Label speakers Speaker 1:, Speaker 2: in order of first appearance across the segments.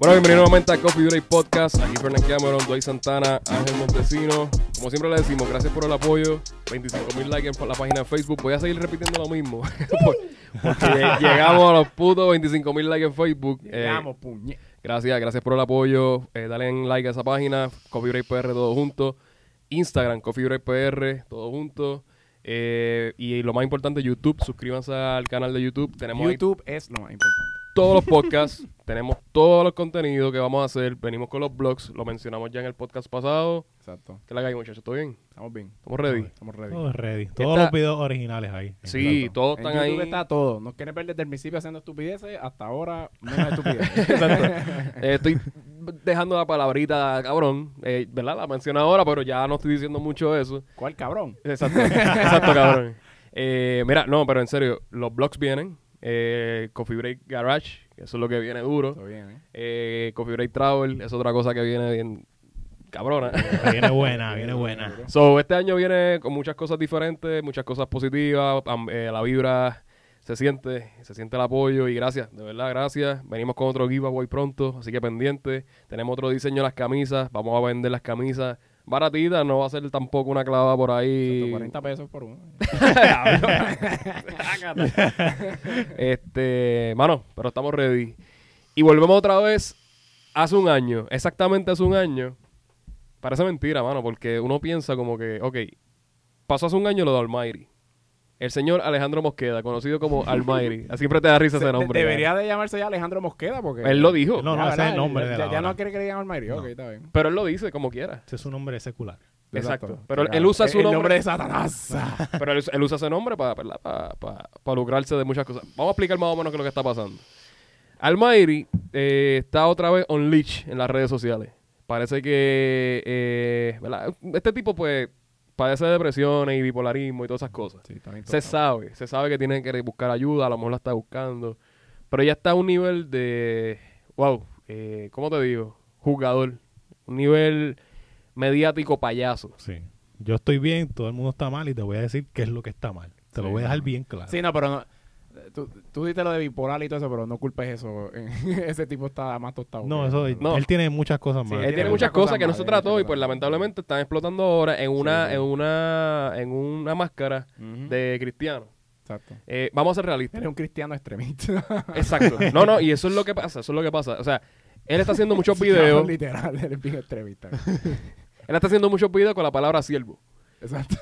Speaker 1: Bueno, bienvenidos nuevamente a Coffee Break Podcast. Aquí Fernan Cameron, Dwight Santana, Ángel Montesino. Como siempre les decimos, gracias por el apoyo. 25 mil likes en la página de Facebook. Voy a seguir repitiendo lo mismo. Porque lleg- llegamos a los putos 25 mil likes en Facebook. Eh,
Speaker 2: Llegamos, puñe.
Speaker 1: Gracias, gracias por el apoyo. Eh, dale en like a esa página, Coffee Break PR todo junto. Instagram, Coffee Break PR todo junto. Eh, y lo más importante, YouTube. Suscríbanse al canal de YouTube. Tenemos ahí
Speaker 2: YouTube es lo más importante.
Speaker 1: todos los podcasts, tenemos todos los contenidos que vamos a hacer. Venimos con los blogs, lo mencionamos ya en el podcast pasado.
Speaker 2: Exacto.
Speaker 1: ¿Qué la hay, muchachos? ¿Todo bien?
Speaker 2: Estamos bien.
Speaker 1: ¿Estamos ready?
Speaker 2: Estamos ready.
Speaker 3: Todo ready. Todos
Speaker 1: Está-
Speaker 3: los videos originales ahí.
Speaker 1: Sí,
Speaker 3: Exacto.
Speaker 1: todos
Speaker 2: En
Speaker 1: están
Speaker 2: YouTube
Speaker 1: ahí.
Speaker 2: está todo. Nos quieren ver desde el principio haciendo estupideces hasta ahora menos estupideces.
Speaker 1: Eh, estoy dejando la palabrita, cabrón. Eh, ¿Verdad? La menciono ahora, pero ya no estoy diciendo mucho de eso.
Speaker 2: ¿Cuál cabrón?
Speaker 1: Exacto, exacto, cabrón. Eh, mira, no, pero en serio, los blogs vienen. Eh, Coffee Break Garage, eso es lo que viene duro.
Speaker 2: Todo bien, ¿eh?
Speaker 1: Eh, Coffee Break Travel, es otra cosa que viene bien cabrona.
Speaker 3: Viene buena, viene buena.
Speaker 1: So, este año viene con muchas cosas diferentes, muchas cosas positivas, am- eh, la vibra se siente, se siente el apoyo y gracias, de verdad, gracias. Venimos con otro giveaway pronto, así que pendiente. Tenemos otro diseño de las camisas, vamos a vender las camisas baratitas, no va a ser tampoco una clava por ahí.
Speaker 2: Exacto, 40 pesos por uno.
Speaker 1: Este, mano, pero estamos ready. Y volvemos otra vez hace un año, exactamente hace un año. Parece mentira, mano, porque uno piensa como que, ok, pasó hace un año lo de Almighty. El señor Alejandro Mosqueda, conocido como Almighty. Siempre te da risa ese
Speaker 2: De-
Speaker 1: nombre.
Speaker 2: Debería de llamarse ya Alejandro Mosqueda porque...
Speaker 1: Él lo dijo,
Speaker 3: No,
Speaker 2: Ya,
Speaker 3: no, ese es
Speaker 2: ¿verdad?
Speaker 3: el nombre de
Speaker 2: Ya,
Speaker 3: la
Speaker 2: ya no
Speaker 3: hora.
Speaker 2: quiere que le llamen Mario. Ok, está bien.
Speaker 1: pero él lo dice como quiera.
Speaker 3: Ese es un nombre secular.
Speaker 1: Exacto. Pero él usa su
Speaker 2: el
Speaker 1: nombre-
Speaker 2: de Satanás.
Speaker 1: Pero él, él usa ese nombre para, para, lucrarse de muchas cosas. Vamos a explicar más o menos qué es lo que está pasando. Almighty eh, está otra vez on leash en las redes sociales. Parece que eh, ¿verdad? este tipo pues padece de depresiones y bipolarismo y todas esas cosas.
Speaker 2: Sí, está bien.
Speaker 1: Se sabe, se sabe que tiene que buscar ayuda, a lo mejor la está buscando. Pero ya está a un nivel de, wow, eh, ¿cómo te digo? Jugador. Un nivel mediático payaso.
Speaker 3: Sí. Yo estoy bien, todo el mundo está mal y te voy a decir qué es lo que está mal. Te lo
Speaker 2: Sí,
Speaker 3: voy a dejar
Speaker 2: no.
Speaker 3: bien claro.
Speaker 2: Sí, no, pero no... Tú, tú diste lo de bipolar y todo eso, pero no culpes eso. Ese tipo está más tostado.
Speaker 3: No,
Speaker 2: que-
Speaker 3: eso
Speaker 1: No.
Speaker 3: él tiene muchas cosas Eh,
Speaker 2: Sí,
Speaker 1: Él
Speaker 3: más.
Speaker 1: tiene
Speaker 2: Ah, Tiene
Speaker 1: muchas
Speaker 2: muchas
Speaker 1: cosas
Speaker 2: cosas
Speaker 1: que no
Speaker 2: malas,
Speaker 1: se
Speaker 2: tiene
Speaker 1: trató y pues
Speaker 2: muchas cosas malas.
Speaker 1: lamentablemente están explotando ahora en una,
Speaker 2: Sí, sí.
Speaker 1: en una, en una máscara
Speaker 2: Ujú.
Speaker 1: de cristiano.
Speaker 2: Exacto.
Speaker 1: Eh, vamos a ser realistas.
Speaker 2: Eres un cristiano extremista.
Speaker 1: Exacto. No, no, y eso es lo que pasa, eso es lo que pasa. O sea, él está haciendo muchos
Speaker 2: Claro,
Speaker 1: videos,
Speaker 2: Literal, eres bien extremista.
Speaker 1: él está haciendo muchos videos con la palabra siervo.
Speaker 2: Exacto.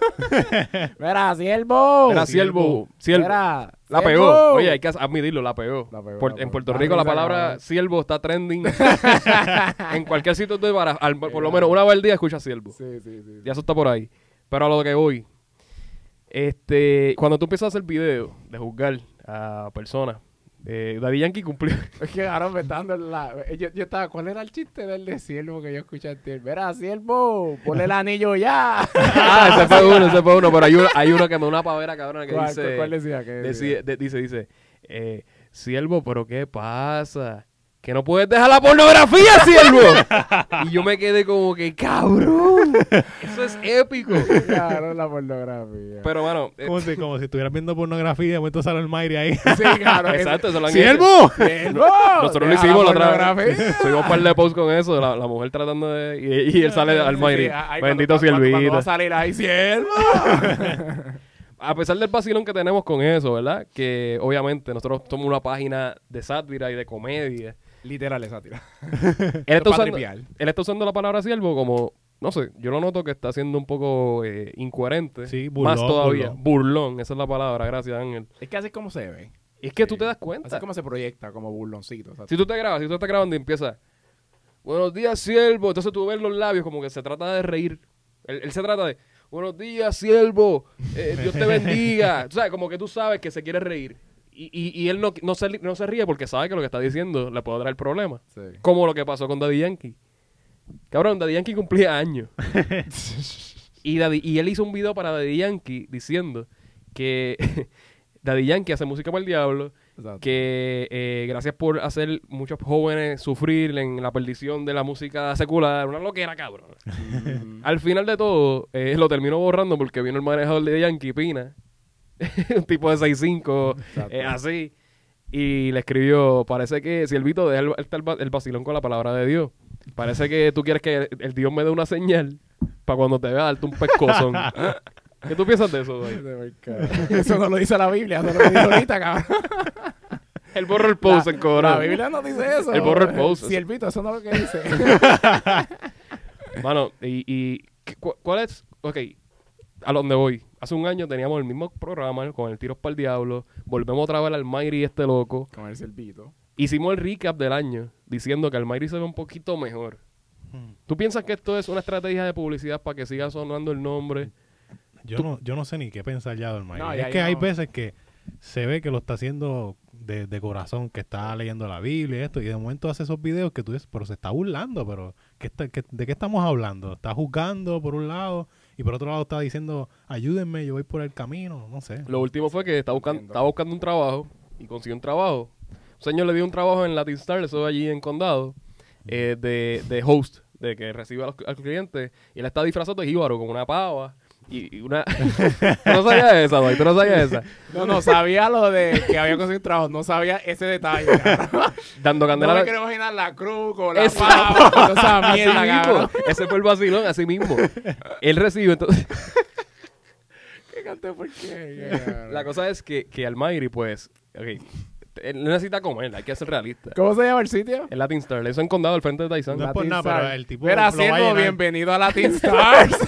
Speaker 2: Mira, Oh, siervo.
Speaker 1: Era siervo, siervo.
Speaker 2: Mira,
Speaker 1: La
Speaker 2: siervo.
Speaker 1: pegó. Oye, hay que admitirlo, la pegó.
Speaker 2: La pegó,
Speaker 1: Por-
Speaker 2: la
Speaker 1: en
Speaker 2: pegó.
Speaker 1: Puerto
Speaker 2: Da
Speaker 1: Rico la
Speaker 2: risa,
Speaker 1: palabra
Speaker 2: cabrón.
Speaker 1: siervo está trending. en cualquier sitio de para, al- por lo
Speaker 2: Sí,
Speaker 1: menos una vez al día escucha siervo.
Speaker 2: Sí, sí, sí.
Speaker 1: Ya eso está por ahí. Pero a lo que voy. Este, cuando tú empiezas a hacer video de juzgar a personas, eh, Daddy Yankee cumplió.
Speaker 2: Es que ahora me está dando la... eh, Yo, yo estaba... ¿Cuál era el chiste del de siervo que yo escuché antes? Mira, siervo, ponle el anillo ya.
Speaker 1: ah, ese fue uno, ese fue uno. Pero hay uno, hay uno que me da una pavera cabrona que
Speaker 2: ¿Cuál,
Speaker 1: dice,
Speaker 2: cuál decía? ¿Qué
Speaker 1: decía- de- dice, dice, eh, siervo, pero ¿qué pasa? Que no puedes dejar la pornografía, siervo. y yo me quedé como que, cabrón, eso es épico.
Speaker 2: Claro, la pornografía.
Speaker 1: Pero bueno, eh,
Speaker 3: Como si, como si estuvieras viendo pornografía y de momento sale el Mayri ahí.
Speaker 2: Sí, claro. es-
Speaker 1: exacto, eso lo han hecho.
Speaker 3: ¡Siervo!
Speaker 2: ¡Siervo!
Speaker 1: Nosotros lo
Speaker 2: deja
Speaker 1: hicimos la otra vez.
Speaker 2: pornografía.
Speaker 1: Subimos un par de posts con eso, la, la mujer tratando de. Y, y él sale al Mayri.
Speaker 2: Sí, ahí cuando-
Speaker 1: Bendito
Speaker 2: cuando- Cuando va a
Speaker 1: siervito.
Speaker 2: salir ahí, siervo.
Speaker 1: A pesar del vacilón que tenemos con eso, ¿verdad? Que obviamente nosotros somos una página de sátira y de comedia.
Speaker 2: Literal, esa tira.
Speaker 1: Él está,
Speaker 2: pa'
Speaker 1: usando,
Speaker 2: tripear.
Speaker 1: él está usando la palabra siervo como. No sé, yo lo noto que está siendo un poco eh, incoherente.
Speaker 3: Sí, burlón,
Speaker 1: Más todavía. Burlón.
Speaker 3: burlón.
Speaker 1: esa es la palabra, gracias Ángel.
Speaker 2: Es que así es como se ve.
Speaker 1: Es que
Speaker 2: Sí.
Speaker 1: tú te das
Speaker 2: Así
Speaker 1: cuenta.
Speaker 2: es como se proyecta, como burloncito. exacto.
Speaker 1: Si tú te grabas, si tú estás grabando y empieza, buenos días, siervo. Entonces tú ves los labios como que se trata de reír. Él, él se trata de, buenos días, siervo. eh, Dios te bendiga. o sea, como que tú sabes que se quiere reír. Y, y- y él no, no, se, no se ríe porque sabe que lo que está diciendo le puede traer problemas.
Speaker 2: Sí.
Speaker 1: Como lo que pasó con Daddy Yankee. Cabrón, Daddy Yankee cumplía años. y, Daddy- y él hizo un video para Daddy Yankee diciendo que Daddy Yankee hace música para el diablo
Speaker 2: Exacto.
Speaker 1: que eh, gracias por hacer muchos jóvenes sufrir en la perdición de la música secular, una loquera, cabrón.
Speaker 2: Mm.
Speaker 1: Al final de todo, eh, lo terminó borrando porque vino el manejador de Yankee Pina, un tipo de 6'5,
Speaker 2: Exacto.
Speaker 1: eh, así, Y le escribió, parece que, Silvito, deja el, el, el vacilón con la palabra de Dios. Parece que tú quieres que el, el Dios me dé una señal para cuando te vea darte un pescozón. ¿Qué tú piensas de eso, Dave?
Speaker 2: Eso no lo dice la Biblia, eso lo dice ahorita, cabrón.
Speaker 1: Él borró el post en
Speaker 2: La
Speaker 1: Colorado.
Speaker 2: Biblia no dice eso.
Speaker 1: Él borró el post.
Speaker 2: Siervito, eso no es lo que dice.
Speaker 1: Mano, y, y ¿qué- cu- ¿cuál es? Ok, a donde voy. Hace un año teníamos el mismo programa con el Tiros para el Diablo. Volvemos otra vez al Almighty este loco.
Speaker 2: Con el Siervito.
Speaker 1: Hicimos el recap del año diciendo que Almighty se ve un poquito mejor. ¿Tú piensas que esto es una estrategia de publicidad para que siga sonando el nombre?
Speaker 3: Yo no, yo no sé ni qué pensar ya del Mayri.
Speaker 2: No, ya
Speaker 3: es que
Speaker 2: yo
Speaker 3: hay
Speaker 2: no.
Speaker 3: veces que se ve que lo está haciendo de, de corazón, que está leyendo la Biblia y esto, y de momento hace esos videos que tú dices, pero se está burlando, pero ¿qué está- qué- ¿de qué estamos hablando? Está juzgando por un lado y por otro lado está diciendo, ayúdenme, yo voy por el camino, no sé.
Speaker 1: Lo último fue que estaba buscando,
Speaker 2: Entiendo.
Speaker 1: estaba buscando un trabajo y consiguió un trabajo. Un señor le dio un trabajo en Latin Star, eso allí en Condado, eh, de, de host, de que recibe a los- al cliente. Y él está disfrazado de jíbaro con una pava y, y una... Tú no sabías esa, Doy, tú no sabías esa.
Speaker 2: No, no, sabía lo de que había conseguido trabajo, no sabía ese detalle, cabrón.
Speaker 1: Dando
Speaker 2: No
Speaker 1: candela...
Speaker 2: me quiero imaginar la cruz con la
Speaker 1: Eso.
Speaker 2: pava, con esa
Speaker 1: Así
Speaker 2: mierda,
Speaker 1: mismo.
Speaker 2: cabrón.
Speaker 1: Ese fue el vacilón, así mismo. Él recibe, entonces...
Speaker 2: ¿Qué canté por qué? cabrón?
Speaker 1: La cosa es que, que Almighty, pues, ok, él necesita comer, hay que ser realista.
Speaker 2: ¿Cómo se llama el sitio?
Speaker 1: El Latin Star, eso en Condado, al frente de Tyson.
Speaker 3: No es por nada, pero el tipo
Speaker 2: Era
Speaker 3: lo va a llenar.
Speaker 2: bienvenido a Latin Stars.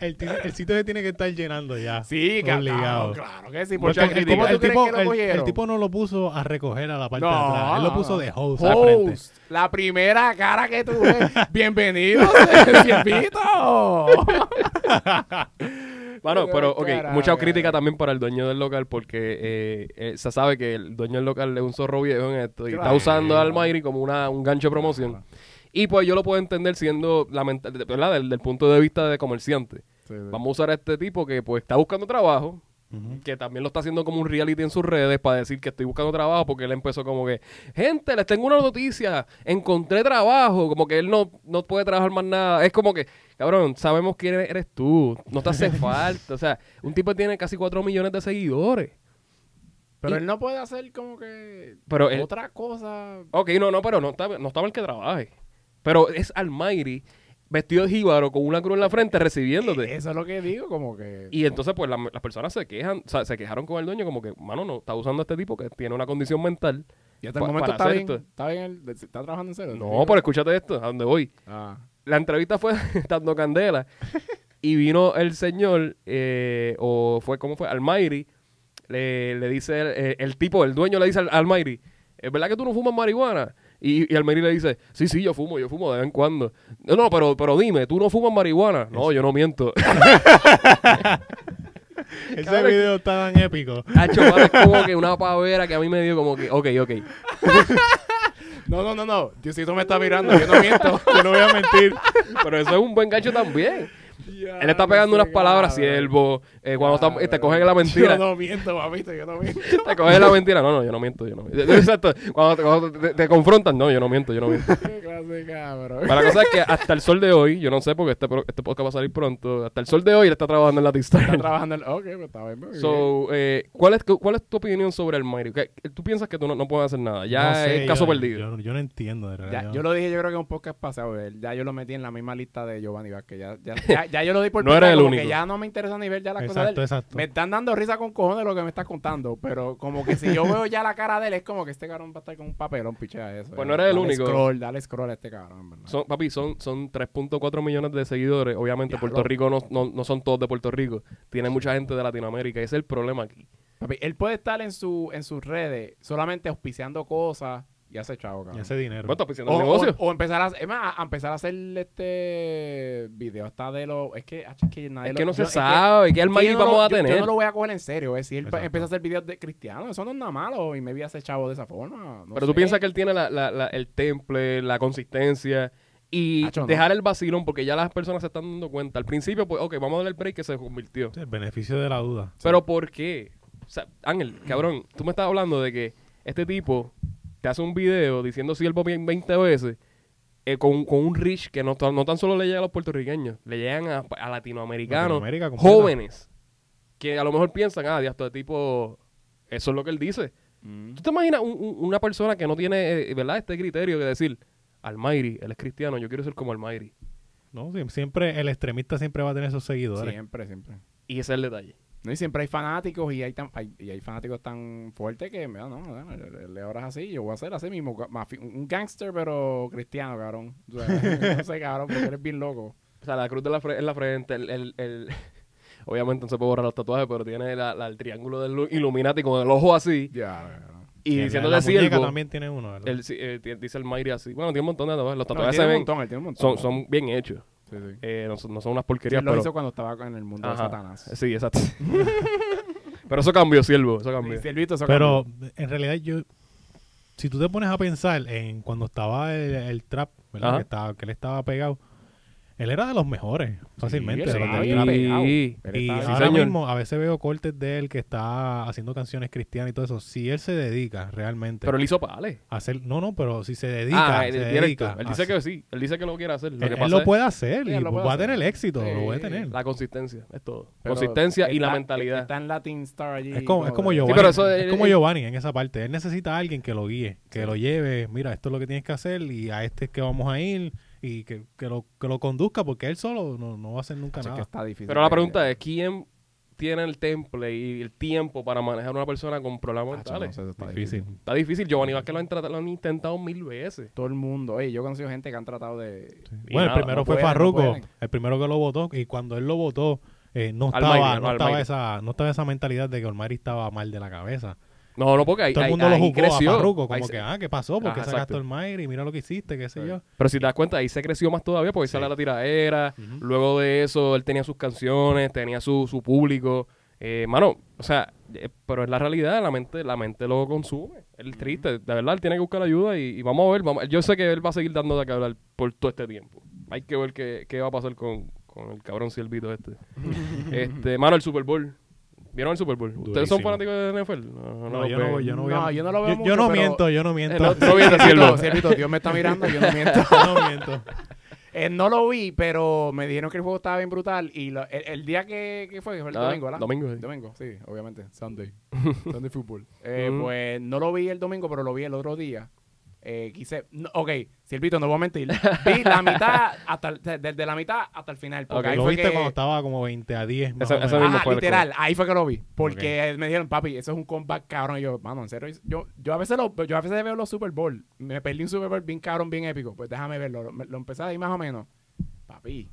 Speaker 3: El, ti- el sitio se tiene que estar llenando ya.
Speaker 2: sí,
Speaker 3: obligado.
Speaker 2: cabrón. Claro que sí.
Speaker 1: Mucha
Speaker 2: Porque el,
Speaker 1: crítica.
Speaker 2: ¿Cómo tú
Speaker 3: el,
Speaker 2: crees
Speaker 3: tipo,
Speaker 2: que lo
Speaker 3: el-
Speaker 2: cogieron?
Speaker 3: el tipo no lo puso a recoger a la parte de
Speaker 2: No,
Speaker 3: atrás, él lo puso de host, al frente.
Speaker 2: Host, La primera cara que tú ves. Bienvenido, Silvito.
Speaker 1: Bueno,
Speaker 2: Pero
Speaker 1: pero, ok,
Speaker 2: carajo,
Speaker 1: mucha
Speaker 2: carajo.
Speaker 1: crítica también para el dueño del local porque eh, eh, se sabe que el dueño del local es un zorro viejo en esto y está
Speaker 2: Claro.
Speaker 1: usando al Almighty como una, un gancho de promoción. Y pues yo lo puedo entender siendo, lamenta- de- ¿verdad? Del, del punto de vista de comerciante. Vamos a usar a este tipo que pues está buscando trabajo, que también lo está haciendo como un reality en sus redes para decir que estoy buscando trabajo porque él empezó como que, gente, les tengo una noticia, encontré trabajo, como que él no, no puede trabajar más nada. Es como que, cabrón, sabemos quién eres tú, no te hace falta. O sea, un tipo que tiene casi 4 millones de seguidores.
Speaker 2: Pero
Speaker 1: Y-
Speaker 2: él no puede hacer como que
Speaker 1: Pero él-
Speaker 2: otra cosa.
Speaker 1: Ok, no, no, pero no está, no está mal que trabaje. Pero es Almighty vestido de jíbaro con una cruz en la frente recibiéndote.
Speaker 2: Eso es lo que digo, como que.
Speaker 1: Y entonces, pues, la- las personas se quejan, o sea, se quejaron con el dueño como que, mano, no, está usando a este tipo que tiene una condición mental.
Speaker 2: Y hasta
Speaker 1: pa-
Speaker 2: el momento
Speaker 1: para
Speaker 2: está
Speaker 1: hacer
Speaker 2: bien,
Speaker 1: esto.
Speaker 2: está bien. el- Está trabajando en serio.
Speaker 1: No, pero escúchate esto, a dónde voy.
Speaker 2: Ah.
Speaker 1: La entrevista fue dando candela y vino el señor, eh, o fue, ¿cómo fue? Almairi, le, le dice, eh, el tipo, el dueño le dice al Almairi, ¿es verdad que tú no fumas marihuana? Y, y Almairi le dice, sí, sí, yo fumo, yo fumo de vez en cuando. No, no, pero, pero dime, ¿tú no fumas marihuana? No, yo no miento.
Speaker 3: Ese
Speaker 1: Cabrón.
Speaker 3: video está tan épico.
Speaker 1: Hacho, mano, es como que una pavera que a mí me dio como que, ok, ok.
Speaker 2: No, no, no, no. Diosito me está mirando, yo no miento.
Speaker 3: Yo no voy a mentir.
Speaker 1: Pero eso es un buen gancho también. Él
Speaker 2: Ah,
Speaker 1: está pegando unas palabras, siervo. eh, cuando está- eh, te cogen la mentira.
Speaker 2: Yo no miento, papito, yo no miento.
Speaker 1: Te cogen la mentira. No, no, yo no miento, yo no miento. Exacto. Cuando, te, cuando te- te confrontan, no, yo no miento, yo no miento.
Speaker 2: Qué clase, cabrón.
Speaker 1: Pero la cosa es que hasta el sol de hoy, yo no sé porque este, pro- este podcast va a salir pronto, hasta el sol de hoy él está trabajando en la
Speaker 2: Está
Speaker 1: distancia.
Speaker 2: trabajando el. Ok, pues está bien. muy bien.
Speaker 1: So, eh, ¿cuál, es, tu- ¿Cuál es tu opinión sobre el Mario? ¿Qué- ¿Tú piensas que tú no, no puedes hacer nada? Ya
Speaker 3: No sé,
Speaker 1: es caso
Speaker 3: yo-
Speaker 1: perdido.
Speaker 3: Yo, yo Ah, no entiendo, de verdad.
Speaker 2: Ya, yo lo dije, yo creo que en un podcast pasado. él- Ya yo lo metí en la misma lista de Giovanni Vázquez. Ya, ya, ya, ya yo lo di por
Speaker 1: No
Speaker 2: picado,
Speaker 1: era el
Speaker 2: como
Speaker 1: único.
Speaker 2: Que ya no me interesa ni ver ya las cosas de él.
Speaker 3: Exacto, exacto.
Speaker 2: Me están dando risa con cojones lo que me estás contando. Pero como que si yo veo ya la cara de él, es como que este cabrón va a estar con un papelón, pichea eso. eh.
Speaker 1: Pues no era el
Speaker 2: Dale
Speaker 1: único.
Speaker 2: Scroll, dale scroll a este cabrón, en ¿verdad?
Speaker 1: Son, papi, son, son 3.4 millones de seguidores. Obviamente,
Speaker 2: Diablo.
Speaker 1: Puerto Rico no, no, no son todos de Puerto Rico. Tiene mucha gente de Latinoamérica. Ese es el problema aquí.
Speaker 2: Papi, él puede estar en, su, en sus redes solamente auspiciando cosas y hace chavo,
Speaker 3: Y
Speaker 2: cabrón.
Speaker 3: ese dinero.
Speaker 1: Bueno, está pisando
Speaker 2: O,
Speaker 1: el negocio.
Speaker 2: o- o empezar a es más, a empezar a hacer este video hasta de los es que hacho, es que nadie
Speaker 1: es
Speaker 2: lo-
Speaker 1: que no se
Speaker 2: yo- es que-
Speaker 1: sabe. ¿Qué
Speaker 2: es que
Speaker 1: almaíz
Speaker 2: yo no
Speaker 1: vamos
Speaker 2: lo-
Speaker 1: a
Speaker 2: yo-
Speaker 1: tener?
Speaker 2: Yo no lo voy a coger en serio, es decir, él
Speaker 3: Exacto.
Speaker 2: empieza a hacer videos de cristianos, eso no es nada malo y me vi a hacer chavo de esa forma. no
Speaker 1: Pero tú
Speaker 2: sé.
Speaker 1: piensas que él tiene la- la- la- el temple, la consistencia y
Speaker 2: Hacho, no.
Speaker 1: dejar el vacilón porque ya las personas se están dando cuenta. Al principio, pues, ok, vamos a darle el break que se convirtió.
Speaker 3: Sí, Este El beneficio de la duda.
Speaker 1: Pero ¿por qué? O sea, Ángel, cabrón, tú me estás hablando de que este tipo te hace un video diciendo siervo bien 20 veces eh, con, con un reach que no, tan- no tan solo le llega a los puertorriqueños, le llegan a, a latinoamericanos
Speaker 3: Latinoamérica completa.
Speaker 1: jóvenes que a lo mejor piensan, ah, diablo, este tipo Eso es lo que él dice.
Speaker 4: Mm.
Speaker 1: ¿Tú te imaginas un- un- una persona que no tiene, eh, ¿verdad? Este criterio que decir, Almairi, él es cristiano, yo quiero ser como Almairi.
Speaker 3: No, Sie- siempre el extremista siempre va a tener esos seguidores.
Speaker 2: Siempre, siempre.
Speaker 1: Y ese es el detalle.
Speaker 2: No, y siempre hay fanáticos y hay, tan, hay- y hay fanáticos tan fuertes que, mira, no, no, le- le ahora es así, yo voy a ser así mismo, ca- mafi- un gangster pero cristiano, cabrón. O sea, no sé, cabrón, porque eres bien loco.
Speaker 1: O sea, la cruz de la fre- en la frente, el, el- el- obviamente no se puede borrar los tatuajes, pero tiene la- la- el triángulo del lu- Illuminati con el ojo así.
Speaker 2: Ya, cabrón.
Speaker 1: Y
Speaker 3: la-
Speaker 1: diciéndole
Speaker 3: la
Speaker 1: así
Speaker 3: muñeca también tiene uno, ¿verdad?
Speaker 1: Él sí, eh, ti- dice el Mayri así. Bueno, tiene un montón de tatuajes. Los
Speaker 2: No, él
Speaker 1: tatuajes
Speaker 2: tiene
Speaker 1: se
Speaker 2: un
Speaker 1: ven.
Speaker 2: montón, él tiene un
Speaker 1: son,
Speaker 2: montón.
Speaker 1: son bien hechos.
Speaker 2: Sí, sí.
Speaker 1: Eh, no, son, no son unas
Speaker 2: Sí,
Speaker 1: porquerías,
Speaker 2: él lo
Speaker 1: pero.
Speaker 2: hizo cuando estaba en el mundo de
Speaker 1: Ajá.
Speaker 2: Satanás.
Speaker 1: Sí, exacto. pero eso cambió, siervo. Eso cambió.
Speaker 2: Sí, Silvito, eso
Speaker 3: Pero en realidad yo, si tú te pones a pensar en cuando estaba el, el trap, ¿verdad?
Speaker 1: Ajá.
Speaker 3: Que, estaba, que él estaba pegado, él era de los mejores, fácilmente.
Speaker 2: él
Speaker 3: de los
Speaker 2: estaba
Speaker 3: del
Speaker 2: bien
Speaker 3: trap.
Speaker 2: pegado.
Speaker 1: Y-
Speaker 2: Él
Speaker 3: Y
Speaker 2: estaba-
Speaker 1: sí,
Speaker 3: ahora
Speaker 1: señor.
Speaker 3: mismo a veces veo cortes de él que está haciendo canciones cristianas y todo eso. Si él se dedica realmente
Speaker 1: Pero él hizo pales.
Speaker 3: a hacer... No, no, pero si se dedica,
Speaker 1: ah, el,
Speaker 3: se
Speaker 1: el directo.
Speaker 3: dedica
Speaker 1: Él
Speaker 3: a
Speaker 1: dice
Speaker 3: hacer-
Speaker 1: que sí. Él dice que lo quiere hacer. Lo
Speaker 3: él,
Speaker 1: que
Speaker 3: él
Speaker 1: pasa
Speaker 3: lo
Speaker 1: es
Speaker 3: puede hacer
Speaker 2: Sí,
Speaker 3: y
Speaker 2: él lo puede
Speaker 3: va a
Speaker 2: hacer.
Speaker 3: tener éxito, lo va a
Speaker 2: Sí,
Speaker 3: tener.
Speaker 1: la consistencia, es todo.
Speaker 2: pero
Speaker 1: consistencia y la
Speaker 2: está-
Speaker 1: mentalidad.
Speaker 2: Está en Latin Star allí.
Speaker 3: Es como, es como
Speaker 2: que-
Speaker 3: Giovanni,
Speaker 1: pero eso
Speaker 3: es
Speaker 1: es-
Speaker 3: como Giovanni en esa parte. Él necesita a alguien que lo guíe, que lo lleve. Mira, esto es lo que tienes que hacer y a este es que vamos a ir y que, que lo, que lo conduzca porque él solo no, no va a hacer nunca
Speaker 2: Es que
Speaker 3: nada.
Speaker 2: está difícil.
Speaker 1: Pero la
Speaker 2: de-
Speaker 1: pregunta es, ¿quién tiene el temple y el tiempo para manejar a una persona con problemas
Speaker 2: Ah, chaval,
Speaker 1: mentales?
Speaker 2: no sé, eso está
Speaker 3: Difícil.
Speaker 1: Está difícil. Giovanni Vázquez lo han, tratado, lo han intentado mil veces.
Speaker 2: Todo el mundo. Oye, yo he conocido gente que han tratado de.
Speaker 1: Y
Speaker 3: Bueno,
Speaker 1: nada,
Speaker 3: el primero
Speaker 2: no
Speaker 3: fue
Speaker 2: pueden, no
Speaker 3: Farruko,
Speaker 2: pueden.
Speaker 3: el primero que lo votó y cuando él lo votó eh, no
Speaker 1: Almighty,
Speaker 3: estaba,
Speaker 1: no,
Speaker 3: no, estaba
Speaker 1: Almighty.
Speaker 3: esa, no estaba esa mentalidad de que Olmari estaba mal de la cabeza.
Speaker 1: No, no, porque ahí,
Speaker 3: Todo el
Speaker 1: ahí-
Speaker 3: mundo lo
Speaker 1: ahí
Speaker 3: juzgó
Speaker 1: creció.
Speaker 3: a Farruko,
Speaker 1: Ahí
Speaker 3: como
Speaker 1: se-
Speaker 3: que, ah, ¿qué pasó? ¿Por qué
Speaker 1: Ajá, exacto.
Speaker 3: sacaste a Olmari? Mira lo que hiciste, qué sé
Speaker 1: Sí.
Speaker 3: yo.
Speaker 1: Pero si te das cuenta, ahí se creció más todavía porque ahí sale la tiradera.
Speaker 3: Ujú.
Speaker 1: Luego de eso, él tenía sus canciones, tenía su, su público. Eh, mano, o sea, eh, pero es la realidad, la mente, la mente lo consume. Él es triste, de verdad, él tiene que buscar ayuda y, y vamos a ver. Vamos, yo sé que él va a seguir dando de qué hablar por todo este tiempo. Hay que ver qué, qué va a pasar con, con el cabrón siervito este. este, mano, el Super Bowl. ¿Vieron el Super Bowl? ¿Ustedes son
Speaker 3: Durísimo.
Speaker 1: fanáticos de NFL? No,
Speaker 3: No,
Speaker 1: lo
Speaker 3: yo
Speaker 1: ven.
Speaker 3: no, voy- yo no voy a-
Speaker 2: No, yo no lo veo
Speaker 3: Yo,
Speaker 2: mucho,
Speaker 3: no
Speaker 2: pero-
Speaker 3: miento, yo no miento.
Speaker 1: Eh, no, no viene, cielo.
Speaker 2: Ciervito, Dios me está mirando, yo no miento.
Speaker 3: Yo no miento.
Speaker 2: Eh, no lo vi, pero me dijeron que el juego estaba bien brutal. Y lo- el, el día que, que fue, que fue el
Speaker 1: Ah,
Speaker 2: domingo, ¿verdad?
Speaker 1: domingo, sí.
Speaker 2: Domingo, sí, obviamente. Sunday. Sunday Football. Eh,
Speaker 1: Ujú.
Speaker 2: Pues no lo vi el domingo, pero lo vi el otro día. Eh, quise. no, ok, Silvito, no voy a mentir. Vi la mitad, hasta, el- de- desde la mitad hasta el final. Porque
Speaker 1: Ok,
Speaker 2: ahí
Speaker 3: lo
Speaker 2: fue
Speaker 3: viste
Speaker 2: que-
Speaker 3: cuando estaba como 20 a 10. más
Speaker 1: Esa-
Speaker 3: o menos.
Speaker 1: esa misma-
Speaker 2: Ajá,
Speaker 1: fue el
Speaker 2: literal, ahí fue que lo vi. Porque me dijeron, papi, eso es un comeback cabrón. Y yo, mano, en serio, yo, yo a veces lo, yo a veces veo los Super Bowl. Me perdí un Super Bowl bien cabrón, bien épico. Pues déjame verlo. Lo, lo empecé ahí más o menos. Papi,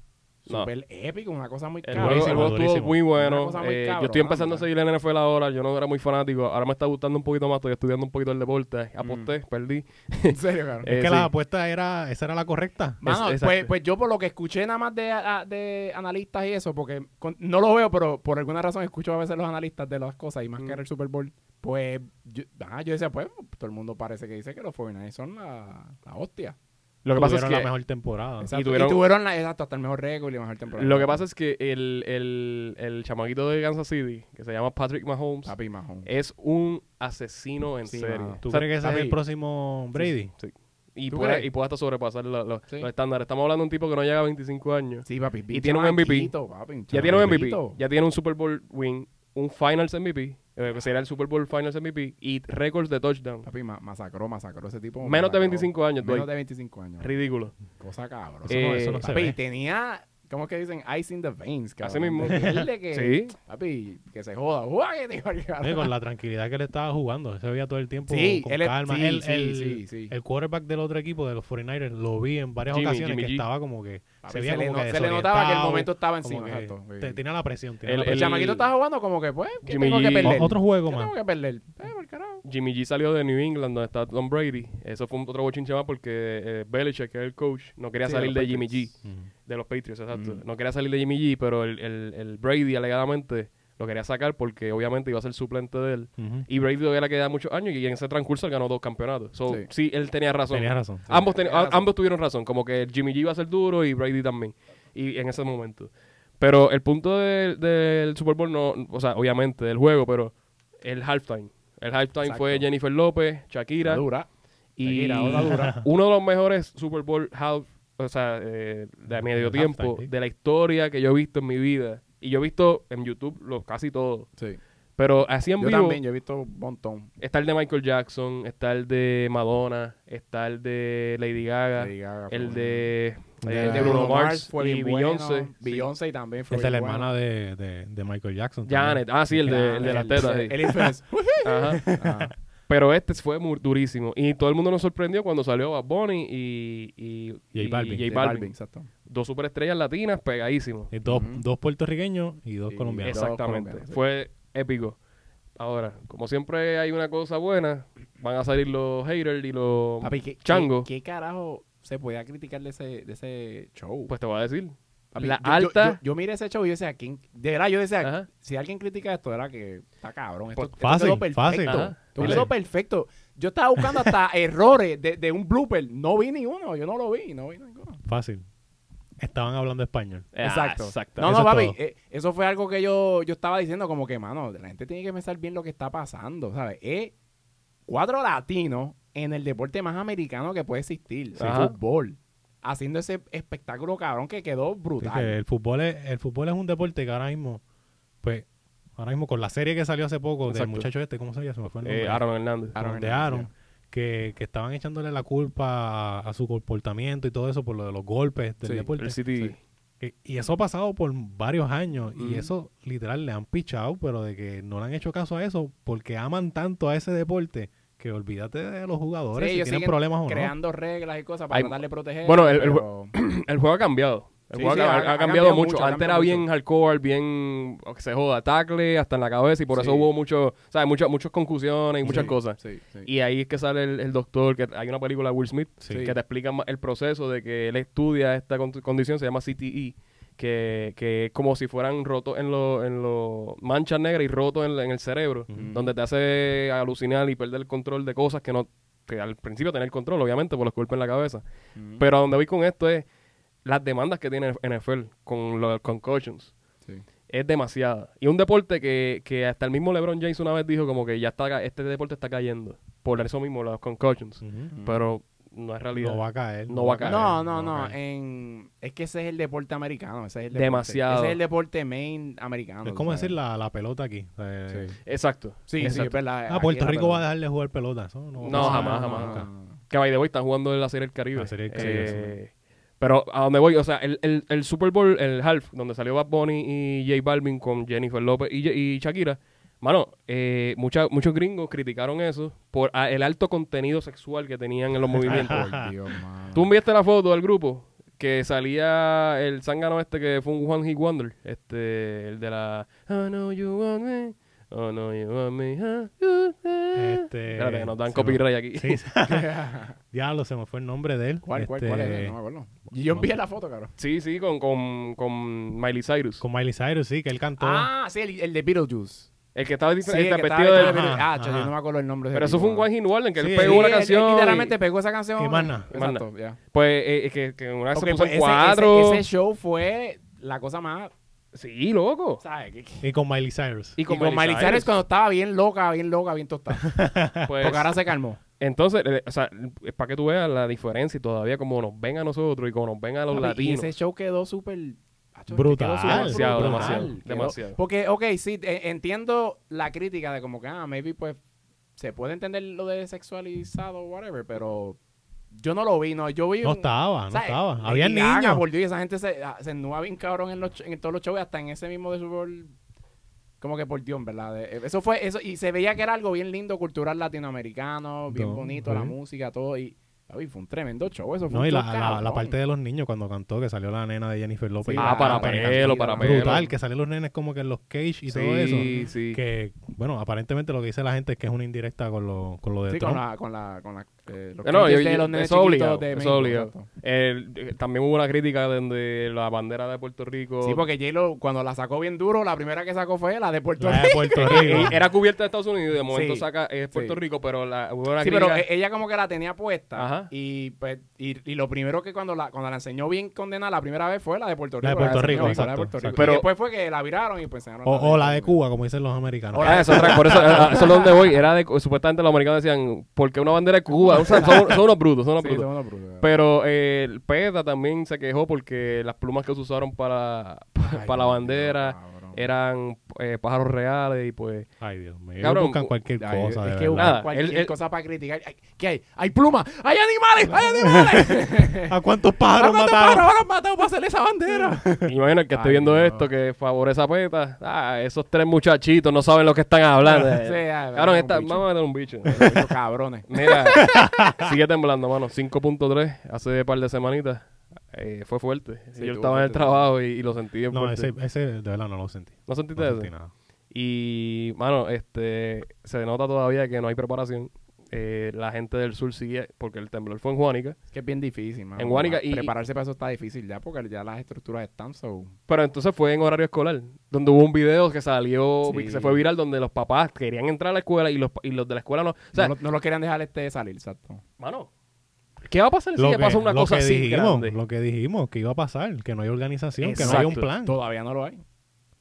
Speaker 1: No.
Speaker 2: super épico, una cosa muy
Speaker 1: El
Speaker 2: cabrón.
Speaker 1: juego, el juego
Speaker 3: durísimo.
Speaker 1: estuvo muy
Speaker 2: Una
Speaker 1: bueno.
Speaker 2: cosa muy
Speaker 1: Eh,
Speaker 2: cabrona,
Speaker 1: yo estoy empezando a
Speaker 2: mano.
Speaker 1: seguir la NFL ahora. Yo no era muy fanático. Ahora me está gustando un poquito más. Estoy estudiando un poquito el deporte. Aposté,
Speaker 3: Mm.
Speaker 1: perdí.
Speaker 2: En serio, cabrón.
Speaker 1: Eh,
Speaker 3: Es que
Speaker 1: sí.
Speaker 3: la apuesta era, esa era la correcta.
Speaker 2: Mano,
Speaker 1: es-
Speaker 2: pues,
Speaker 1: exacto.
Speaker 2: pues yo por lo que escuché nada más de, a- de analistas y eso, porque con- no lo veo, pero por alguna razón escucho a veces los analistas de las cosas y más que
Speaker 1: Mm.
Speaker 2: era el Super Bowl, pues yo, ajá, yo decía, pues todo el mundo parece que dice que los 49 son la, la hostia.
Speaker 1: Lo que pasa es
Speaker 3: Tuvieron
Speaker 1: que.
Speaker 3: la mejor temporada.
Speaker 2: Exacto. Y tuvieron,
Speaker 1: Ah, tuvieron-
Speaker 2: la, exacto, hasta el mejor récord y la mejor temporada.
Speaker 1: Lo que pasa es que el, el, el chamaquito de Kansas City, que eh, se llama Patrick Mahomes,
Speaker 2: Papi Mahón.
Speaker 1: es un asesino en
Speaker 2: Sí,
Speaker 1: serie.
Speaker 2: mano.
Speaker 3: ¿Tú
Speaker 1: O sea,
Speaker 3: crees que ese es
Speaker 2: papi,
Speaker 3: el próximo Brady?
Speaker 1: y,
Speaker 2: ¿tú
Speaker 1: puede,
Speaker 2: crees?
Speaker 1: y puede hasta sobrepasar lo- lo-
Speaker 2: Sí.
Speaker 1: los estándares. Estamos hablando de un tipo que no llega a 25 años.
Speaker 2: Sí, papi. bien
Speaker 1: tiene un MVP.
Speaker 2: chamaquito, papi, un
Speaker 1: Ya tiene un MVP,
Speaker 2: chamaquito.
Speaker 1: ya tiene un Super Bowl win, un Finals MVP, eh, que será el Super Bowl Finals MVP, y récords de touchdown.
Speaker 2: Papi, ma- masacró, masacró ese tipo.
Speaker 1: Menos de
Speaker 2: masacró.
Speaker 1: 25 años,
Speaker 2: Menos
Speaker 1: Dwight.
Speaker 2: de 25 años.
Speaker 1: Ridículo.
Speaker 2: Cosa cabrón.
Speaker 3: Eso no-
Speaker 1: eh,
Speaker 3: eso no se
Speaker 2: Papi,
Speaker 3: ve.
Speaker 2: tenía, ¿cómo es que dicen? Ice in the veins, cabrón.
Speaker 1: Así mismo.
Speaker 2: De decirle que,
Speaker 1: Sí.
Speaker 2: Papi, que se joda. Uah, que te iba a
Speaker 3: Oye, con la tranquilidad que él estaba jugando. Él Se veía todo el tiempo
Speaker 2: Sí,
Speaker 3: con
Speaker 2: él es-
Speaker 3: calma.
Speaker 2: sí,
Speaker 3: el,
Speaker 2: sí,
Speaker 3: el-
Speaker 2: sí, sí.
Speaker 3: el quarterback del otro equipo, de los 49ers, lo vi en varias
Speaker 1: Jimmy,
Speaker 3: ocasiones
Speaker 1: Jimmy
Speaker 3: que
Speaker 1: G.
Speaker 3: estaba como que...
Speaker 2: Papi,
Speaker 3: se, veía
Speaker 2: se le
Speaker 3: como
Speaker 2: no-
Speaker 3: que
Speaker 2: se le notaba que el
Speaker 3: desorientado,
Speaker 2: momento estaba
Speaker 3: como
Speaker 2: encima,
Speaker 3: que
Speaker 2: exacto, sí.
Speaker 3: te- tenía la presión. tenía
Speaker 1: El-
Speaker 3: la
Speaker 2: El,
Speaker 1: el-
Speaker 2: chamaquito está jugando como que, pues, ¿qué
Speaker 1: Jimmy
Speaker 2: tengo
Speaker 1: G.
Speaker 2: que perder?
Speaker 1: el-
Speaker 3: presión. O- Otro juego
Speaker 2: ¿Qué tengo
Speaker 3: más.
Speaker 2: que perder? Eh, por carajo.
Speaker 1: Jimmy G salió de New England, donde está Tom Brady. Eso fue un otro bochinche más porque eh, Belichick, que es el coach, no quería
Speaker 2: Sí,
Speaker 1: salir
Speaker 2: de
Speaker 1: de
Speaker 2: los
Speaker 1: Jimmy G,
Speaker 2: Patriots.
Speaker 3: Ujú.
Speaker 1: de los Patriots, exacto.
Speaker 4: Mm.
Speaker 1: No quería salir de Jimmy G, pero el, el- el Brady alegadamente lo quería sacar porque obviamente iba a ser suplente de él.
Speaker 2: Mm.
Speaker 3: Ujú.
Speaker 1: Y Brady todavía le quedaban muchos años y en ese transcurso él ganó dos campeonatos. So,
Speaker 2: Sí.
Speaker 1: sí. él tenía razón.
Speaker 3: Tenías razón. sí.
Speaker 1: Ambos,
Speaker 2: tenía
Speaker 1: teni- a-
Speaker 2: razón.
Speaker 1: ambos tuvieron razón, como que Jimmy G iba a ser duro y Brady también, y en ese momento. Pero el punto de- del Super Bowl, no, o sea, obviamente del juego, pero el halftime. El halftime
Speaker 2: Exacto.
Speaker 1: fue Jennifer López, Shakira,
Speaker 2: Dura.
Speaker 1: y
Speaker 2: Shakira, otra dura.
Speaker 1: uno de los mejores Super Bowl half, o sea, eh, de medio
Speaker 3: El
Speaker 1: tiempo
Speaker 3: halftime, sí.
Speaker 1: de la historia que yo he visto en mi vida. Y yo he visto en YouTube los, casi todos.
Speaker 2: Sí.
Speaker 1: Pero así en
Speaker 2: Yo
Speaker 1: vivo
Speaker 2: también, yo he visto un montón.
Speaker 1: está el de Michael Jackson, está el de Madonna, está el de Lady Gaga,
Speaker 2: Lady Gaga, fue
Speaker 1: el
Speaker 2: Ah, bueno.
Speaker 1: de,
Speaker 3: De-
Speaker 1: el
Speaker 2: El
Speaker 1: de Bruno Mars
Speaker 2: fue
Speaker 1: y
Speaker 2: bien bueno.
Speaker 1: Beyoncé.
Speaker 2: Beyoncé y también fue
Speaker 3: Esa es la
Speaker 2: bien bueno.
Speaker 3: hermana de, de, de Michael Jackson. también.
Speaker 1: Janet, ah, sí, el de, el de las tetas. sí.
Speaker 2: El influencer.
Speaker 1: Ajá.
Speaker 2: Ajá.
Speaker 1: Pero este fue muy durísimo. Y todo el mundo nos sorprendió cuando salió Bad Bunny y, y,
Speaker 3: J
Speaker 1: y
Speaker 3: Balvin.
Speaker 1: J Balvin.
Speaker 2: J Balvin, exacto.
Speaker 1: Dos superestrellas latinas pegadísimos.
Speaker 3: Y Eh, dos,
Speaker 2: Ujú.
Speaker 3: dos puertorriqueños y dos
Speaker 2: Y-
Speaker 3: colombianos.
Speaker 2: Exacto.
Speaker 1: Exactamente.
Speaker 2: colombianos, sí.
Speaker 1: Fue épico. Ahora, como siempre hay una cosa buena, van a salir los haters y los
Speaker 2: Papi, ¿qué,
Speaker 1: changos.
Speaker 2: ¿qué, qué carajo se podía criticar de ese, de ese show?
Speaker 1: Pues te voy a decir.
Speaker 2: Papi,
Speaker 1: la
Speaker 2: yo- yo-
Speaker 1: alta-
Speaker 2: Yo, yo miré ese show y yo decía, ¿quién? De verdad, yo decía,
Speaker 1: Ajá.
Speaker 2: si alguien critica esto, era que está cabrón. Esto,
Speaker 1: Pues,
Speaker 2: esto quedó
Speaker 3: fácil, fácil.
Speaker 2: perfecto.
Speaker 1: Ajá.
Speaker 2: Esto
Speaker 3: Fácil.
Speaker 2: quedó perfecto. Yo estaba buscando hasta errores de, de un blooper. No vi ni uno. Yo no lo vi. No vi ninguno.
Speaker 3: Fácil. Estaban hablando español.
Speaker 1: Ah,
Speaker 2: Exacto.
Speaker 1: exacto.
Speaker 2: No,
Speaker 3: Eso
Speaker 2: no,
Speaker 3: es
Speaker 2: papi.
Speaker 3: todo.
Speaker 2: eh, eso fue algo que yo, yo estaba diciendo como que, mano, la gente tiene que pensar bien lo que está pasando, ¿sabes? Es cuatro latinos en el deporte más americano que puede existir,
Speaker 1: Sí.
Speaker 2: el
Speaker 1: Ajá.
Speaker 2: fútbol, haciendo ese espectáculo cabrón que quedó
Speaker 3: Sí,
Speaker 2: brutal.
Speaker 3: que el fútbol es, el fútbol es un deporte que ahora mismo, pues, ahora mismo con la serie que salió hace poco del
Speaker 1: Exacto.
Speaker 3: muchacho este, ¿cómo se llama? Se me fue el
Speaker 1: Eh,
Speaker 3: nombre.
Speaker 1: Aaron Hernández.
Speaker 2: Aaron
Speaker 3: de
Speaker 2: Hernández,
Speaker 3: Aaron, que, que estaban echándole la culpa a, a su comportamiento y todo eso por lo de los golpes del
Speaker 2: Sí,
Speaker 3: deporte.
Speaker 1: El City.
Speaker 2: Sí.
Speaker 3: Que- y eso ha pasado por varios años y
Speaker 1: Ujú.
Speaker 3: eso literal le han pichado, pero de que no le han hecho caso a eso porque aman tanto a ese deporte que olvídate de los jugadores
Speaker 2: Sí,
Speaker 3: si
Speaker 2: ellos
Speaker 3: tienen
Speaker 2: siguen
Speaker 3: problemas o no.
Speaker 2: creando reglas y cosas para
Speaker 1: Hay-
Speaker 2: tratar de proteger.
Speaker 1: bueno, el- el-
Speaker 2: pero-
Speaker 1: El juego ha cambiado. El
Speaker 2: Sí,
Speaker 1: juego
Speaker 2: sí,
Speaker 1: ha,
Speaker 2: ha-
Speaker 1: ha
Speaker 2: ha
Speaker 1: cambiado,
Speaker 2: cambiado
Speaker 1: mucho.
Speaker 2: mucho, ha
Speaker 1: Antes era
Speaker 2: cambiado
Speaker 1: bien
Speaker 2: mucho.
Speaker 1: hardcore, bien o que se joda, tackle hasta en la cabeza y por eso
Speaker 2: Sí.
Speaker 1: hubo mucho, ¿sabes? Muchas, muchas concusiones y muchas
Speaker 2: Sí,
Speaker 1: cosas.
Speaker 2: sí, sí.
Speaker 1: Y ahí es que sale el, el doctor, que hay una película de Will Smith
Speaker 2: Sí.
Speaker 1: que te explica más el proceso de que él estudia esta con- condición, se llama CTE, que, que es como si fueran rotos en los en los manchas negras y rotos en, la- en el cerebro,
Speaker 3: Ujú.
Speaker 1: donde te hace alucinar y perder el control de cosas que no, que al principio tener control, obviamente, por los golpes en la cabeza.
Speaker 2: Ujú.
Speaker 1: Pero a donde voy con esto es las demandas que tiene NFL con los concussions
Speaker 2: Sí.
Speaker 1: es demasiada. Y un deporte que, que hasta el mismo LeBron James una vez dijo como que ya está ca- este deporte está cayendo. Por eso mismo, los concussions.
Speaker 3: Ujú.
Speaker 1: Pero no es realidad.
Speaker 3: Mm. No va a caer.
Speaker 1: No va a caer.
Speaker 2: No, no, no.
Speaker 3: va a caer.
Speaker 2: en- es que ese es el deporte americano. Ese es el deporte,
Speaker 1: Demasiado.
Speaker 2: Ese es el deporte main americano.
Speaker 3: Es
Speaker 2: tú
Speaker 3: como
Speaker 2: sabes.
Speaker 3: decir la, la pelota aquí. o sea,
Speaker 2: Sí,
Speaker 1: Exacto.
Speaker 2: sí, sí,
Speaker 1: Exacto.
Speaker 2: es verdad.
Speaker 3: Ah,
Speaker 2: aquí
Speaker 3: Puerto
Speaker 2: era,
Speaker 3: Rico
Speaker 2: pero-
Speaker 3: va a dejar de jugar pelota. Eso no, va a
Speaker 1: No,
Speaker 3: pasar
Speaker 1: jamás,
Speaker 3: nunca.
Speaker 1: jamás, Que by the way, están jugando en la Serie del Caribe.
Speaker 3: La Serie del Caribe,
Speaker 1: Eh, Pero a donde voy, o sea, el, el, el Super Bowl, el half, donde salió Bad Bunny y J Balvin con Jennifer López y, y Shakira, mano, eh, mucha- muchos gringos criticaron eso por ah, el alto contenido sexual que tenían en los movimientos.
Speaker 2: Por Dios, mano.
Speaker 1: Tú enviaste la foto del grupo que salía el zángano este que fue un One Hit Wonder. Este, el de la... Oh, no, you want me. Oh, no, you want me. huh, you, eh.
Speaker 3: Este,
Speaker 1: Espérate, que nos dan
Speaker 3: se
Speaker 1: copyright aquí.
Speaker 3: Sí, sí. Diablo, se me fue el nombre de él.
Speaker 2: ¿Cuál, cuál,
Speaker 3: Este,
Speaker 2: cuál es? No me acuerdo. Y yo envié la foto, cabrón.
Speaker 1: Sí, sí, con, con, con Miley Cyrus.
Speaker 3: Con Miley Cyrus, sí, que él cantó.
Speaker 2: Ah, sí, el, el de Beetlejuice.
Speaker 1: El que estaba
Speaker 2: Sí,
Speaker 1: diferente,
Speaker 2: el que estaba
Speaker 1: vestido
Speaker 2: de
Speaker 1: de...
Speaker 2: Beetlejuice.
Speaker 3: Ajá,
Speaker 2: Ah, chacho,
Speaker 3: ajá.
Speaker 2: yo no me acuerdo el nombre. de ese
Speaker 1: Pero eso
Speaker 2: tipo,
Speaker 1: fue un
Speaker 2: mano.
Speaker 1: One Hit Wonder, que
Speaker 3: Sí,
Speaker 1: él
Speaker 2: Sí,
Speaker 1: pegó una
Speaker 2: él- él
Speaker 1: canción. y-
Speaker 2: literalmente pegó esa canción.
Speaker 3: Y más nada.
Speaker 1: Y más nada.
Speaker 2: Exacto, ya.
Speaker 1: Pues eh, que, que una vez
Speaker 2: Ok,
Speaker 1: se puso
Speaker 2: pues
Speaker 1: en
Speaker 2: ese-
Speaker 1: cuatro.
Speaker 2: Ese, ese show fue la cosa más,
Speaker 1: Sí, loco.
Speaker 2: ¿sabes? Que- que-
Speaker 3: Y con Miley Cyrus.
Speaker 1: Y
Speaker 2: Y con Miley Cyrus cuando estaba bien loca, bien loca, bien tostada.
Speaker 1: pues,
Speaker 2: Porque ahora se calmó.
Speaker 1: Entonces, eh, o sea, es para que tú veas la diferencia y todavía como nos ven a nosotros y como nos ven a los
Speaker 2: Papi, Y
Speaker 1: latinos.
Speaker 2: ese show quedó súper... Acho,
Speaker 3: Brutal.
Speaker 2: quedó súper
Speaker 3: Demasiado, demasiado,
Speaker 2: Quedó-
Speaker 1: demasiado.
Speaker 2: Porque, ok, sí, e- entiendo la crítica de como que, ah, maybe pues se puede entender lo de sexualizado whatever, pero yo no lo vi, no, yo vi...
Speaker 3: No
Speaker 2: un-
Speaker 3: estaba, no
Speaker 2: ¿sabes?
Speaker 3: estaba.
Speaker 2: Lady
Speaker 3: Había
Speaker 2: Gaga,
Speaker 3: niños.
Speaker 2: por Dios, y esa gente se, ah, se ennúa bien cabrón en, los, ch- en todos los shows, hasta en ese mismo de Super Bowl. Como que por Dios, ¿verdad? De- Eso fue eso. Y se veía que era algo bien lindo, cultural latinoamericano, bien
Speaker 3: No,
Speaker 2: bonito,
Speaker 3: sí.
Speaker 2: la música, todo. Y papi, fue un tremendo show. Eso fue
Speaker 3: No,
Speaker 2: un
Speaker 3: y la,
Speaker 2: show
Speaker 3: la- la
Speaker 2: cabrón.
Speaker 3: parte de los niños cuando cantó, que salió la nena de Jennifer López.
Speaker 2: Sí,
Speaker 1: Ah,
Speaker 2: la-
Speaker 1: para
Speaker 2: la-
Speaker 1: pelo,
Speaker 2: la-
Speaker 1: para
Speaker 2: la-
Speaker 1: pelo.
Speaker 3: Brutal, que salen los nenes como que en los cage y todo eso.
Speaker 1: Sí, sí.
Speaker 3: Que, bueno, aparentemente lo que dice la gente es que es una indirecta con lo, con lo de
Speaker 2: Sí,
Speaker 3: Trump.
Speaker 2: con la, con la, con la, eh, los
Speaker 1: Eh, no,
Speaker 2: clips
Speaker 1: yo- yo-
Speaker 2: nenes
Speaker 1: eso
Speaker 2: chiquitos
Speaker 1: obligado,
Speaker 2: de
Speaker 1: eso
Speaker 2: México,
Speaker 1: obligado.
Speaker 2: exacto.
Speaker 1: El- eh, también hubo una crítica donde la bandera de Puerto Rico
Speaker 2: Sí, porque J-Lo, cuando la sacó bien duro, la primera que sacó fue la de Puerto
Speaker 3: La
Speaker 2: Rico.
Speaker 3: de Puerto Rico.
Speaker 1: Y era cubierta de Estados Unidos y de momento
Speaker 2: Sí,
Speaker 1: saca es Puerto
Speaker 2: sí.
Speaker 1: Rico, pero la, hubo una
Speaker 2: Sí,
Speaker 1: crítica.
Speaker 2: pero e- ella como que la tenía puesta.
Speaker 1: Ajá.
Speaker 2: Y, pues, y, y lo primero que cuando la, cuando la enseñó bien condenada la primera vez fue la de Puerto Rico.
Speaker 3: La de Puerto
Speaker 2: enseñó,
Speaker 3: Rico,
Speaker 2: fue la de
Speaker 3: exacto,
Speaker 2: Puerto Rico.
Speaker 3: exacto.
Speaker 2: Y
Speaker 1: Pero-
Speaker 2: después fue que la viraron y pues enseñaron.
Speaker 3: o, o la de
Speaker 2: Puerto Rico.
Speaker 3: Cuba, como dicen los americanos.
Speaker 1: Ah, eso es otra- por eso, ah, eso es donde voy. Era de, supuestamente los americanos decían, ¿por qué una bandera de Cuba? O sea, son, son unos brutos, son unos
Speaker 2: Sí,
Speaker 1: brutos.
Speaker 2: son unos brutos.
Speaker 1: Pero eh, el PETA también se quejó porque las plumas que se usaron Pues, para,
Speaker 2: Ay,
Speaker 1: para la bandera.
Speaker 2: cabrón. no.
Speaker 1: eran eh, pájaros reales y pues...
Speaker 3: Ay, Dios mío.
Speaker 1: Cabrón,
Speaker 3: Ellos buscan cualquier
Speaker 2: Ay,
Speaker 3: cosa.
Speaker 2: es
Speaker 3: de
Speaker 2: que
Speaker 3: verdad.
Speaker 1: Nada,
Speaker 2: buscan cualquier
Speaker 1: él- él-
Speaker 2: cosa para criticar. Ay, ¿Qué hay? ¡Hay plumas! ¡Hay animales! ¡Hay animales!
Speaker 3: ¿A cuántos
Speaker 2: ¿A
Speaker 3: pájaros
Speaker 2: cuántos
Speaker 3: Ah, mataron?
Speaker 2: pájaros han matado para hacerle esa bandera?
Speaker 1: Imagina que esté
Speaker 2: Ay,
Speaker 1: viendo
Speaker 2: no.
Speaker 1: esto, que favorece a Peta. Ah, esos tres muchachitos no saben lo que están hablando. Eh,
Speaker 2: Sí, ah,
Speaker 1: Cabrón,
Speaker 2: un
Speaker 1: esta,
Speaker 2: bicho.
Speaker 1: vamos a meter un bicho.
Speaker 2: Pero, cabrones.
Speaker 1: Mira, sigue temblando, mano. 5.3 hace un par de semanitas. Eh, fue fuerte.
Speaker 2: Sí,
Speaker 1: Yo
Speaker 2: estuvo
Speaker 1: estaba en el
Speaker 2: fuerte.
Speaker 1: trabajo y, y lo sentí bien
Speaker 3: No,
Speaker 1: fuerte.
Speaker 3: ese, ese de verdad no lo sentí.
Speaker 1: ¿No sentiste
Speaker 3: No
Speaker 1: eso?
Speaker 3: sentí nada.
Speaker 1: Y, mano, este, se nota todavía que no hay preparación. Eh, la gente del sur sigue, porque el temblor fue en Juanica.
Speaker 2: Es que es bien difícil, mano.
Speaker 1: En Guánica y-
Speaker 2: Prepararse para eso está difícil ya, porque ya las estructuras están so...
Speaker 1: Pero entonces fue en horario escolar, donde hubo un video que salió,
Speaker 2: Sí.
Speaker 1: que se fue viral, donde los papás querían entrar a la escuela y los, pa- y los de la escuela no. O sea,
Speaker 2: no, lo, no lo querían dejar este salir, exacto.
Speaker 1: mano, ¿qué va a pasar si
Speaker 3: Lo
Speaker 1: ya
Speaker 3: que-
Speaker 1: pasa una
Speaker 3: lo
Speaker 1: cosa
Speaker 3: que
Speaker 1: así
Speaker 3: dijimos,
Speaker 1: grande?
Speaker 3: Lo que dijimos, que iba a pasar, que no hay organización, que no hay un
Speaker 1: Exacto.
Speaker 3: plan.
Speaker 2: Todavía no lo hay.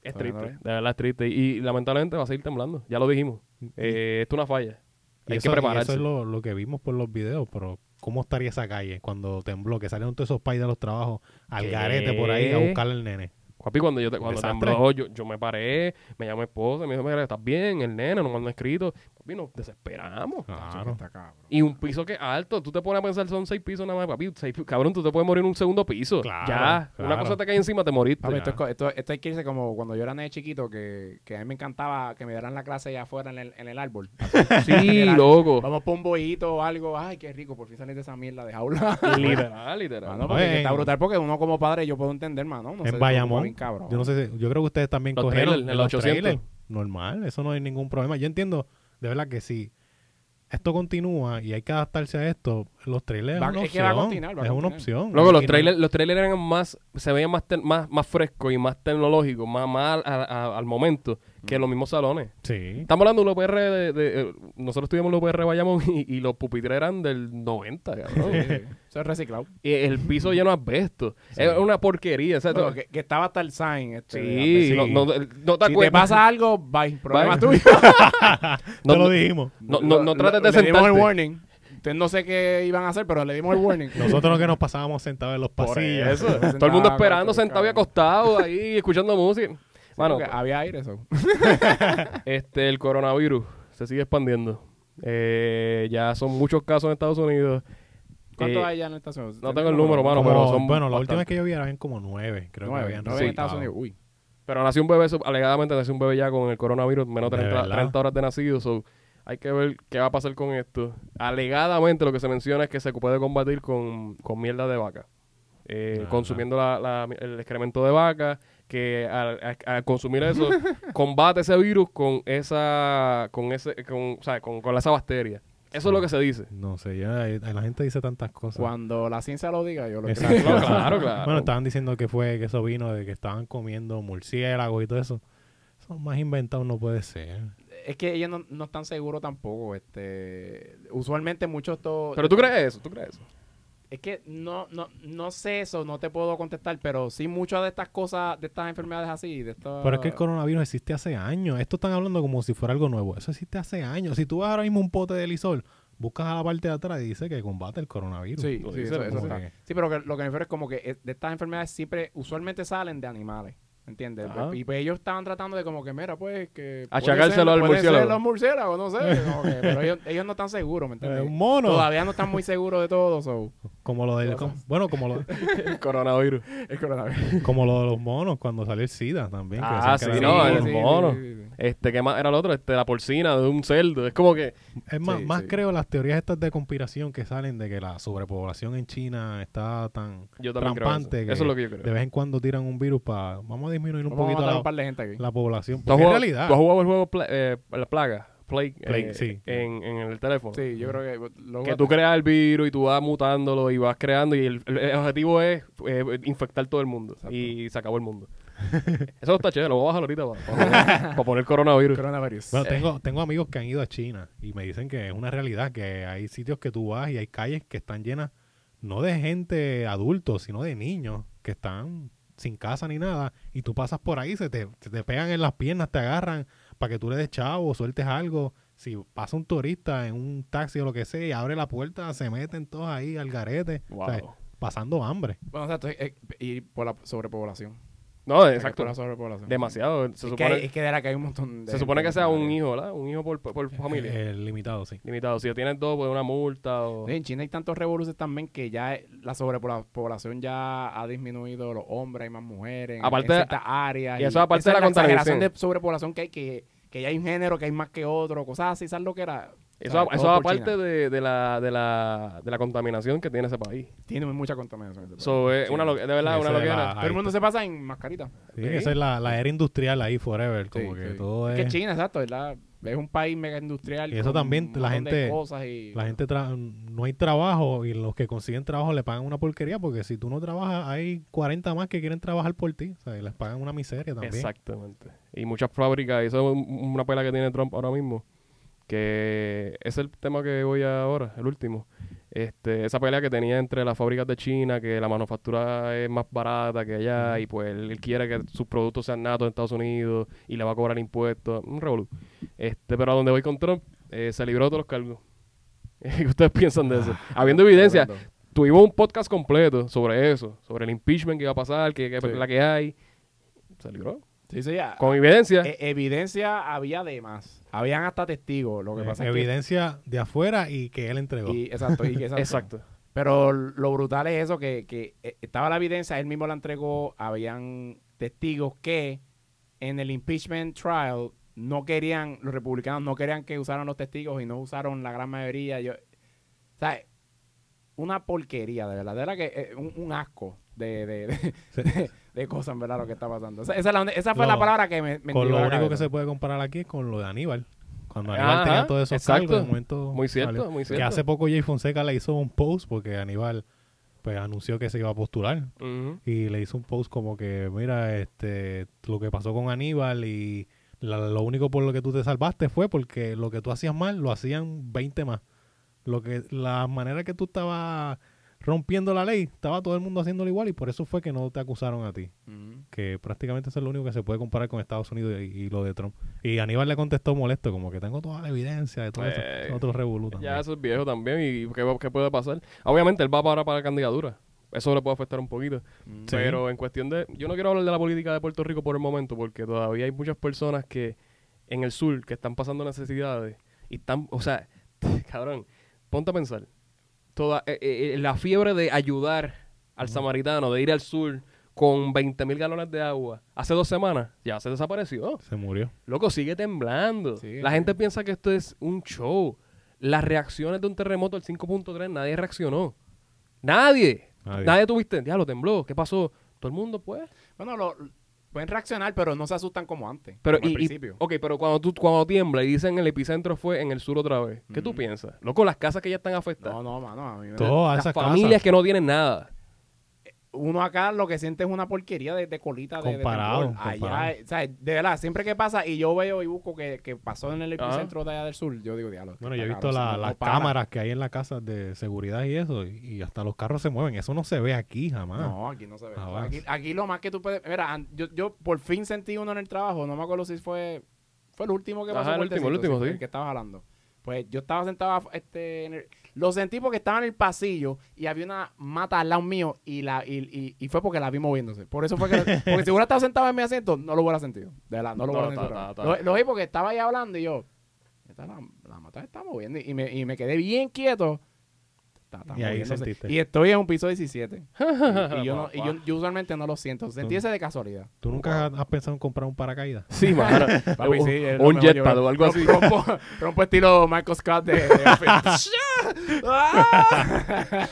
Speaker 1: Es
Speaker 2: Todavía
Speaker 1: triste,
Speaker 2: no lo
Speaker 1: de verdad es triste. Y, y lamentablemente va a seguir temblando, ya lo dijimos. Eh, esto es una falla.
Speaker 3: Y
Speaker 1: hay
Speaker 3: eso,
Speaker 1: que
Speaker 3: y
Speaker 1: prepararse.
Speaker 3: Eso es lo, lo que vimos por los videos, pero ¿cómo estaría esa calle cuando tembló? Que salieron todos esos pais de los trabajos al
Speaker 1: ¿Qué?
Speaker 3: garete por ahí a buscar al nene.
Speaker 1: Papi, cuando yo te- cuando
Speaker 3: Desastre.
Speaker 1: tembló, yo, yo me paré, me llamó mi esposa, me dijo, mira, ¿estás bien? El nene, nos mandó escrito. Papi, nos desesperamos.
Speaker 3: Claro.
Speaker 2: Está cabrón.
Speaker 1: Y un piso que es alto, tú te pones a pensar, son seis pisos nada más, papi. Seis, pi- cabrón, tú te puedes morir en un segundo piso.
Speaker 3: Claro,
Speaker 1: ya,
Speaker 3: claro.
Speaker 1: una cosa te cae encima, te moriste.
Speaker 2: Papi, esto, es co- esto, esto hay que irse como cuando yo era nene chiquito, que, que a mí me encantaba que me dieran la clase allá afuera en el, en el árbol.
Speaker 1: sí, loco.
Speaker 2: Vamos por un bollito o algo. Ay, qué rico, por fin salir de esa mierda de jaula.
Speaker 1: literal, literal.
Speaker 2: Mano, porque
Speaker 3: Oye,
Speaker 2: está
Speaker 3: en-
Speaker 2: brutal porque uno como padre yo puedo entender, mano. No sé,
Speaker 3: en
Speaker 2: como
Speaker 3: Bayamón.
Speaker 2: bien cabrón.
Speaker 3: Yo no sé, si- yo creo que ustedes también
Speaker 1: Los
Speaker 3: cogieron
Speaker 1: trailers,
Speaker 3: en
Speaker 1: el
Speaker 3: los
Speaker 1: 800.
Speaker 3: trailers. Normal, eso no hay ningún problema. Yo entiendo, de verdad que si esto continúa y hay que adaptarse a esto, los trailers
Speaker 2: Va-
Speaker 3: es una
Speaker 2: es que va a
Speaker 3: opción,
Speaker 2: continuar, va a
Speaker 3: es una
Speaker 2: continuar.
Speaker 3: opción.
Speaker 1: Luego,
Speaker 3: Y
Speaker 1: los
Speaker 3: no-
Speaker 1: trailers, los trailers eran más, se veían más, te- más, más frescos y más tecnológicos, más, más a- a- al momento que los mismos salones.
Speaker 3: Sí.
Speaker 1: Estamos hablando de UPR, de, de- eh, nosotros estuvimos en la UPR Bayamón y, y los pupitres eran del 90, cabrón.
Speaker 2: Sí, Oh, Eso es reciclado.
Speaker 1: y el piso lleno de asbesto. Es una porquería. o sea,
Speaker 2: Bueno,
Speaker 1: tú-
Speaker 2: que, que estaba hasta el sign. Este, de-
Speaker 1: sí,
Speaker 3: sí.
Speaker 1: no, no- no te
Speaker 2: Si te
Speaker 1: acuerdas.
Speaker 2: pasa algo, bye. Problema
Speaker 1: Bye.
Speaker 2: tuyo.
Speaker 1: No-
Speaker 3: te
Speaker 1: no-
Speaker 3: lo dijimos.
Speaker 1: No, no, no
Speaker 2: Lo-
Speaker 1: trates de
Speaker 2: le dimos el
Speaker 1: sentarte.
Speaker 2: warning. Entonces no sé qué iban a hacer, pero le dimos el warning.
Speaker 3: Nosotros lo que nos pasábamos sentados en los
Speaker 2: Por
Speaker 3: pasillos.
Speaker 2: eso.
Speaker 1: Todo el mundo
Speaker 2: Sentado,
Speaker 1: esperando,
Speaker 2: acostado,
Speaker 1: sentado y
Speaker 2: cabrón.
Speaker 1: acostado ahí, escuchando música.
Speaker 2: Sí,
Speaker 1: Mano, ah,
Speaker 2: porque ah. había aire eso.
Speaker 1: este, el coronavirus se sigue expandiendo. Eh, ya son muchos casos en Estados Unidos.
Speaker 2: ¿Cuántos
Speaker 1: Eh,
Speaker 2: hay ya en Estados Unidos?
Speaker 1: no tengo el número, mano,
Speaker 3: Como-
Speaker 1: pero son
Speaker 3: bueno, la última
Speaker 1: bastantes.
Speaker 3: vez que yo vi eran como nueve, creo que
Speaker 2: Nueve,
Speaker 3: habían
Speaker 2: nueve en Estados
Speaker 3: resultado.
Speaker 2: Unidos. Uy.
Speaker 1: Pero nació un bebé, so- alegadamente nació un bebé ya con el coronavirus, menos
Speaker 3: ¿De
Speaker 1: 30,
Speaker 3: verdad?
Speaker 1: 30 horas de nacido. So, hay que ver qué va a pasar con esto. Alegadamente lo que se menciona es que se puede combatir con, con mierda de vaca. Eh,
Speaker 3: Ajá.
Speaker 1: consumiendo la- la- el excremento de vaca, que al, a- al consumir eso combate ese virus con esa con ese con, o sea, con, con esa bacteria. Eso es lo que se dice.
Speaker 3: No sé, ya eh, la gente dice tantas cosas.
Speaker 2: Cuando la ciencia lo diga, yo lo
Speaker 3: Exacto.
Speaker 2: creo.
Speaker 1: No, claro, claro.
Speaker 3: Bueno, estaban diciendo que fue que eso vino de que estaban comiendo murciélagos y todo eso. Eso más inventado no puede ser.
Speaker 2: Es que ellos no, no están seguros tampoco. Este, usualmente muchos to-
Speaker 1: Pero tú crees eso, tú crees eso.
Speaker 2: Es que no, no, no sé eso, no te puedo contestar, pero sí muchas de estas cosas, de estas enfermedades así, de estas...
Speaker 3: Pero es que el coronavirus existe hace años. Esto están hablando como si fuera algo nuevo. Eso existe hace años. Si tú vas ahora mismo a un pote de lisol, buscas a la parte de atrás y dice que combate el coronavirus.
Speaker 2: Sí,
Speaker 1: Lo
Speaker 2: sí,
Speaker 1: dice,
Speaker 2: eso-
Speaker 1: lo
Speaker 2: eso
Speaker 3: dice.
Speaker 2: está. Sí, pero que- lo que me refiero es como que eh, de estas enfermedades siempre, usualmente salen de animales. ¿Entiendes?
Speaker 1: Ajá.
Speaker 2: Y pues ellos estaban tratando de como que, mira, pues que... puede
Speaker 1: Achacárselo
Speaker 2: ser-
Speaker 1: al
Speaker 2: puede
Speaker 1: murciélago.
Speaker 2: ser los murciélagos, no sé. como que- pero ellos, ellos no están seguros, ¿me
Speaker 3: Eh,
Speaker 2: entiendes?
Speaker 3: un mono.
Speaker 2: Todavía no están muy seguros de todo, so.
Speaker 3: Como lo del, com- bueno, como lo,
Speaker 1: El coronavirus.
Speaker 2: El coronavirus.
Speaker 3: como lo de los monos cuando salió el SIDA también. que
Speaker 1: Ah,
Speaker 3: decían que
Speaker 1: sí,
Speaker 3: era
Speaker 1: no,
Speaker 3: un
Speaker 1: el
Speaker 3: mono.
Speaker 1: mono.
Speaker 2: sí, sí, sí.
Speaker 1: Este, ¿qué más era el otro? Este, la porcina de un cerdo. Es como que
Speaker 3: Es más,
Speaker 2: Sí,
Speaker 3: más
Speaker 2: sí.
Speaker 3: creo las teorías estas de conspiración que salen de que la sobrepoblación en China está tan
Speaker 1: yo también creo
Speaker 3: trampante
Speaker 1: eso.
Speaker 3: que,
Speaker 1: Eso es lo que yo creo.
Speaker 3: de vez en cuando tiran un virus para vamos a disminuir un
Speaker 2: Vamos a
Speaker 3: poquito
Speaker 2: matar
Speaker 3: la,
Speaker 2: un par de gente aquí.
Speaker 3: la población.
Speaker 1: ¿Tú has,
Speaker 3: Porque en
Speaker 1: jugado,
Speaker 3: realidad
Speaker 1: tú has jugado el juego Pla- eh, La Plaga? Plague,
Speaker 3: Plague,
Speaker 1: eh,
Speaker 3: sí.
Speaker 1: en, en el teléfono.
Speaker 2: Sí, yo creo que... lo-
Speaker 1: Que tú creas el virus y tú vas mutándolo y vas creando y el, el objetivo es eh, infectar todo el mundo.
Speaker 2: Exacto.
Speaker 1: Y se acabó el mundo. Eso está chévere, lo voy a bajar ahorita para, para, poner coronavirus.
Speaker 2: Coronavirus.
Speaker 3: Bueno, tengo, tengo amigos que han ido a China y me dicen que es una realidad, que hay sitios que tú vas y hay calles que están llenas no de gente adultos, sino de niños que están sin casa ni nada y tú pasas por ahí, se te, se te pegan en las piernas, te agarran para que tú le des chavo, sueltes algo. Si pasa un turista en un taxi o lo que sea y abre la puerta, se meten todos ahí al garete, o sea,
Speaker 1: Wow.
Speaker 3: pasando hambre.
Speaker 2: Bueno, exacto. eh, eh, Y por la sobrepoblación.
Speaker 1: No,
Speaker 2: O sea, que
Speaker 1: exacto.
Speaker 2: población sobre población.
Speaker 1: Demasiado. Se
Speaker 2: Es que,
Speaker 1: supone,
Speaker 2: hay- es que de la que hay un montón de
Speaker 1: se supone
Speaker 2: gente
Speaker 1: que sea un
Speaker 2: millonaria.
Speaker 1: hijo, ¿verdad? Un hijo por, por- por familia.
Speaker 3: Eh, limitado, sí.
Speaker 1: Limitado. Si tienes dos, pues una multa o...
Speaker 2: Sí, en China hay tantos revoluciones también que ya eh, la sobrepoblación ya ha disminuido los hombres y más mujeres en-
Speaker 1: Aparte
Speaker 2: en
Speaker 1: de-
Speaker 2: ciertas áreas.
Speaker 1: y eso aparte
Speaker 2: esa
Speaker 1: de
Speaker 2: es
Speaker 1: la
Speaker 2: exageración
Speaker 1: contaminación.
Speaker 2: de sobrepoblación que hay, que, que ya hay un género que hay más que otro, cosas así, ¿sabes lo que era?
Speaker 1: Eso,
Speaker 2: ¿Sabes?
Speaker 1: eso
Speaker 2: Todo por
Speaker 1: aparte
Speaker 2: China.
Speaker 1: de, de la, de, la, de la contaminación que tiene ese país.
Speaker 2: Tiene mucha contaminación. ese país.
Speaker 1: So, es
Speaker 2: Sí.
Speaker 1: una pues. lo- de verdad,
Speaker 3: Esa
Speaker 1: una
Speaker 3: es
Speaker 1: loquera.
Speaker 3: la-
Speaker 2: Todo el mundo se pasa en mascarita.
Speaker 3: Sí,
Speaker 1: Ok.
Speaker 3: Esa es la, la era industrial ahí forever, como
Speaker 2: Sí,
Speaker 3: que
Speaker 2: sí.
Speaker 3: todo
Speaker 2: Es
Speaker 3: es...
Speaker 2: que China, exacto, es la- es un país mega industrial.
Speaker 3: Y eso
Speaker 2: con
Speaker 3: también
Speaker 2: un
Speaker 3: la
Speaker 2: montón de
Speaker 3: gente-
Speaker 2: cosas y-
Speaker 3: la gente tra- no hay trabajo y los que consiguen trabajo le pagan una porquería porque si tú no trabajas hay 40 más que quieren trabajar por ti, o sea, y les pagan una miseria también.
Speaker 1: Exactamente. Y muchas fábricas, y eso es un- una pela que tiene Trump ahora mismo, que es el tema que voy ahora, el último. Este, esa pelea que tenía entre las fábricas de China, que la manufactura es más barata que allá, y pues él, él quiere que sus productos sean natos en Estados Unidos y le va a cobrar impuestos, un revolú. Este, pero a donde voy con Trump, eh, se libró de todos los cargos. ¿Qué ustedes piensan de eso? Habiendo evidencia,
Speaker 2: Ah, Tremendo.
Speaker 1: tuvimos un podcast completo sobre eso, sobre el impeachment que iba a pasar, que, que-
Speaker 2: Sí.
Speaker 1: la que hay. Se libró.
Speaker 2: Sí, sí, ya.
Speaker 1: Con evidencia.
Speaker 2: E- evidencia había de más. Habían hasta testigos. Lo que
Speaker 3: Eh,
Speaker 2: pasa es que-
Speaker 3: evidencia de afuera y que él entregó.
Speaker 2: y- exacto, y que-
Speaker 1: Exacto.
Speaker 2: Pero lo brutal es eso, que, que eh, estaba la evidencia, él mismo la entregó, habían testigos que en el impeachment trial no querían, los republicanos no querían que usaran los testigos y no usaron la gran mayoría. Yo, ¿sabes? Una porquería, de verdad, de verdad que eh, un, un asco de, de, de, de- de cosas, en verdad, lo que está pasando. Esa, esa es la- esa fue
Speaker 3: Lo-
Speaker 2: la palabra que me... me
Speaker 3: con
Speaker 2: dio
Speaker 3: lo
Speaker 2: la
Speaker 3: único que
Speaker 2: cabeza.
Speaker 3: se puede comparar aquí es con lo de Aníbal. Cuando Aníbal tenía
Speaker 1: Ajá,
Speaker 3: todos esos
Speaker 1: exacto.
Speaker 3: cargos, de momento
Speaker 1: Muy cierto,
Speaker 3: salió.
Speaker 1: muy
Speaker 3: Que
Speaker 1: cierto.
Speaker 3: hace poco Jay Fonseca le hizo un post porque Aníbal pues anunció que se iba a postular
Speaker 1: Ujú.
Speaker 3: y le hizo un post como que mira este lo que pasó con Aníbal y la- lo único por lo que tú te salvaste fue porque lo que tú hacías mal lo hacían 20 más lo que la manera que tú estabas rompiendo la ley estaba todo el mundo haciéndolo igual y por eso fue que no te acusaron a ti
Speaker 2: Ujú.
Speaker 3: que prácticamente eso es lo único que se puede comparar con Estados Unidos y, y lo de Trump y Aníbal le contestó molesto como que tengo toda la evidencia de todo eso
Speaker 1: Eh,
Speaker 3: Es otro revolú también.
Speaker 1: Ya eso es viejo también. ¿Y qué, va- qué puede pasar? Obviamente él va para, para la candidatura. Eso le puede afectar un poquito.
Speaker 3: Sí.
Speaker 1: Pero en cuestión de... Yo no quiero hablar de la política de Puerto Rico por el momento porque todavía hay muchas personas que en el sur que están pasando necesidades y están... O sea, cabrón, ponte a pensar. Toda, eh, eh, eh, la fiebre de ayudar al samaritano, de ir al sur con 20 mil galones de agua, hace dos semanas ya se desapareció.
Speaker 3: se murió
Speaker 1: Loco, sigue temblando.
Speaker 2: Sigue,
Speaker 1: la
Speaker 2: sigue.
Speaker 1: gente piensa que esto es un show. Las reacciones de un terremoto del 5.3, nadie reaccionó. Nadie.
Speaker 3: Nadie.
Speaker 1: Nadie, tuviste. Ya lo tembló. ¿Qué pasó? Todo el mundo, pues.
Speaker 2: Bueno, lo- pueden reaccionar, pero no se asustan como antes,
Speaker 1: Pero,
Speaker 2: como al
Speaker 1: y- y-
Speaker 2: principio.
Speaker 1: ok, pero cuando tú cuando tiembla y dicen el epicentro fue en el sur otra vez, ¿qué tú
Speaker 2: Ujú.
Speaker 1: piensas? Loco, las casas que ya están afectadas.
Speaker 2: no, no, mano, a mí me-
Speaker 3: todas
Speaker 1: las
Speaker 3: esas
Speaker 1: familias
Speaker 3: casas
Speaker 1: que no tienen nada.
Speaker 2: uno acá lo que siente es una porquería de, de colita de, de
Speaker 3: Comparado,
Speaker 2: temblor. Allá,
Speaker 3: comparado.
Speaker 2: eh, o sea, de verdad, siempre que pasa y yo veo y busco que, que pasó en el
Speaker 1: Ajá.
Speaker 2: epicentro de allá del sur, yo digo, diablo.
Speaker 3: Bueno, yo he
Speaker 2: está
Speaker 3: visto
Speaker 2: cabrón,
Speaker 3: la-
Speaker 2: eso no-
Speaker 3: las
Speaker 2: no para".
Speaker 3: cámaras que hay en la casa de seguridad y eso, y, y hasta los carros se mueven. Eso no se ve aquí jamás.
Speaker 2: No, aquí no se ve.
Speaker 3: Ah,
Speaker 2: O sea,
Speaker 3: vas.
Speaker 2: aquí, aquí lo más que tú puedes... Mira, an- yo, yo por fin sentí uno en el trabajo, no me acuerdo si fue... Fue el último que
Speaker 1: Ajá,
Speaker 2: pasó.
Speaker 1: el último, el
Speaker 2: fuertecito,
Speaker 1: último, sí.
Speaker 2: El que estabas hablando. Pues yo estaba sentado, af- este, en el- lo sentí porque estaba en el pasillo y había una mata al lado mío y la y, y- y fue porque la vi moviéndose. Por eso fue que, porque si hubiera estado sentado en mi asiento, no lo hubiera sentido. De verdad, no lo
Speaker 1: No,
Speaker 2: hubiera
Speaker 1: ta,
Speaker 2: sentido.
Speaker 1: ta, ta.
Speaker 2: Lo, lo vi porque estaba ahí hablando y yo, "Esta la, la mata se está moviendo y me, y me quedé bien quieto. Ta, ta,
Speaker 3: Y ahí
Speaker 2: moviéndose.
Speaker 3: sentiste.
Speaker 2: Y estoy en un piso 17. Y, y yo, no- y yo- yo usualmente no lo siento. Sentí
Speaker 3: Tú-
Speaker 2: ese de casualidad.
Speaker 3: ¿Tú nunca has pensado en comprar un paracaídas?
Speaker 1: Sí, mano.
Speaker 2: Papi,
Speaker 1: O-
Speaker 2: sí, es
Speaker 1: o
Speaker 2: lo
Speaker 1: un
Speaker 2: mejor, yo
Speaker 1: jetpack
Speaker 2: creo.
Speaker 1: o algo así.
Speaker 2: Rompo, rompo estilo Michael Scott de, de Office. ¡Ah!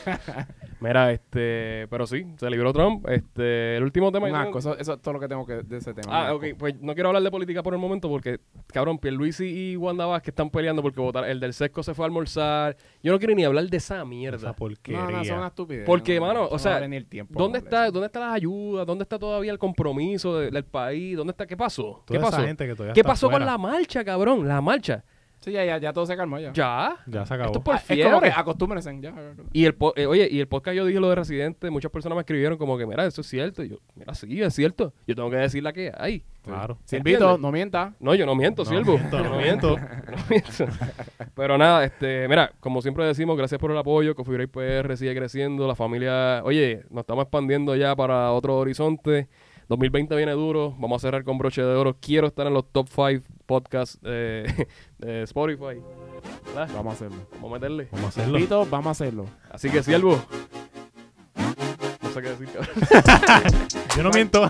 Speaker 1: Mira, este... Pero sí, se libró Trump. Este... El último tema...
Speaker 2: Un
Speaker 1: que tengo-
Speaker 2: asco, Eso, eso es todo lo que tengo que, de ese tema.
Speaker 1: Ah,
Speaker 2: un
Speaker 1: ok,
Speaker 2: asco.
Speaker 1: pues no quiero hablar de política por el momento porque, cabrón, Pierluisi y Wanda Vázquez están peleando porque votar, el del sesco se fue a almorzar. Yo no quiero ni hablar de esa mierda.
Speaker 3: Esa porquería.
Speaker 2: No, no, son una estupidez.
Speaker 1: Porque,
Speaker 2: no,
Speaker 1: mano,
Speaker 2: eso
Speaker 1: o
Speaker 2: no
Speaker 1: sea,
Speaker 2: vale ni el tiempo,
Speaker 1: ¿Dónde,
Speaker 2: vale.
Speaker 1: está, ¿Dónde están las ayudas? ¿Dónde está todavía el compromiso de- del país? ¿Dónde está? ¿Qué pasó?
Speaker 3: Toda
Speaker 1: ¿Qué
Speaker 3: esa
Speaker 1: pasó?
Speaker 3: gente que todavía
Speaker 1: ¿Qué
Speaker 3: está
Speaker 1: pasó con
Speaker 3: afuera.
Speaker 1: la marcha, cabrón? La marcha.
Speaker 2: Sí, ya, ya, ya todo se calmó ya.
Speaker 1: Ya.
Speaker 3: Ya se acabó.
Speaker 1: Esto es por
Speaker 2: Ah, es como que
Speaker 1: fiebre.
Speaker 2: acostúmbrense ya.
Speaker 1: Y el po- eh, oye, y el podcast yo dije lo de Residente, muchas personas me escribieron como que, mira, eso es cierto. Y yo, mira, sí, es cierto. Yo tengo que decir la que hay.
Speaker 3: Claro.
Speaker 2: Silvito, no mienta.
Speaker 1: No, yo no miento,
Speaker 3: No
Speaker 1: siervo.
Speaker 3: miento,
Speaker 1: Yo
Speaker 3: no
Speaker 1: no miento. no miento. Pero nada, este, mira, como siempre decimos, gracias por el apoyo. Coffee Break PR sigue creciendo. La familia, oye, nos estamos expandiendo ya para otro horizonte. 2020 viene duro. Vamos a cerrar con broche de oro. Quiero estar en los top 5 podcasts eh, de Spotify. ¿Verdad?
Speaker 2: Vamos a hacerlo.
Speaker 1: Vamos a meterle.
Speaker 3: Vamos a hacerlo.
Speaker 2: Repito, vamos a hacerlo.
Speaker 1: Así que, siervo. No sé qué decir, cabrón.
Speaker 3: Yo no miento.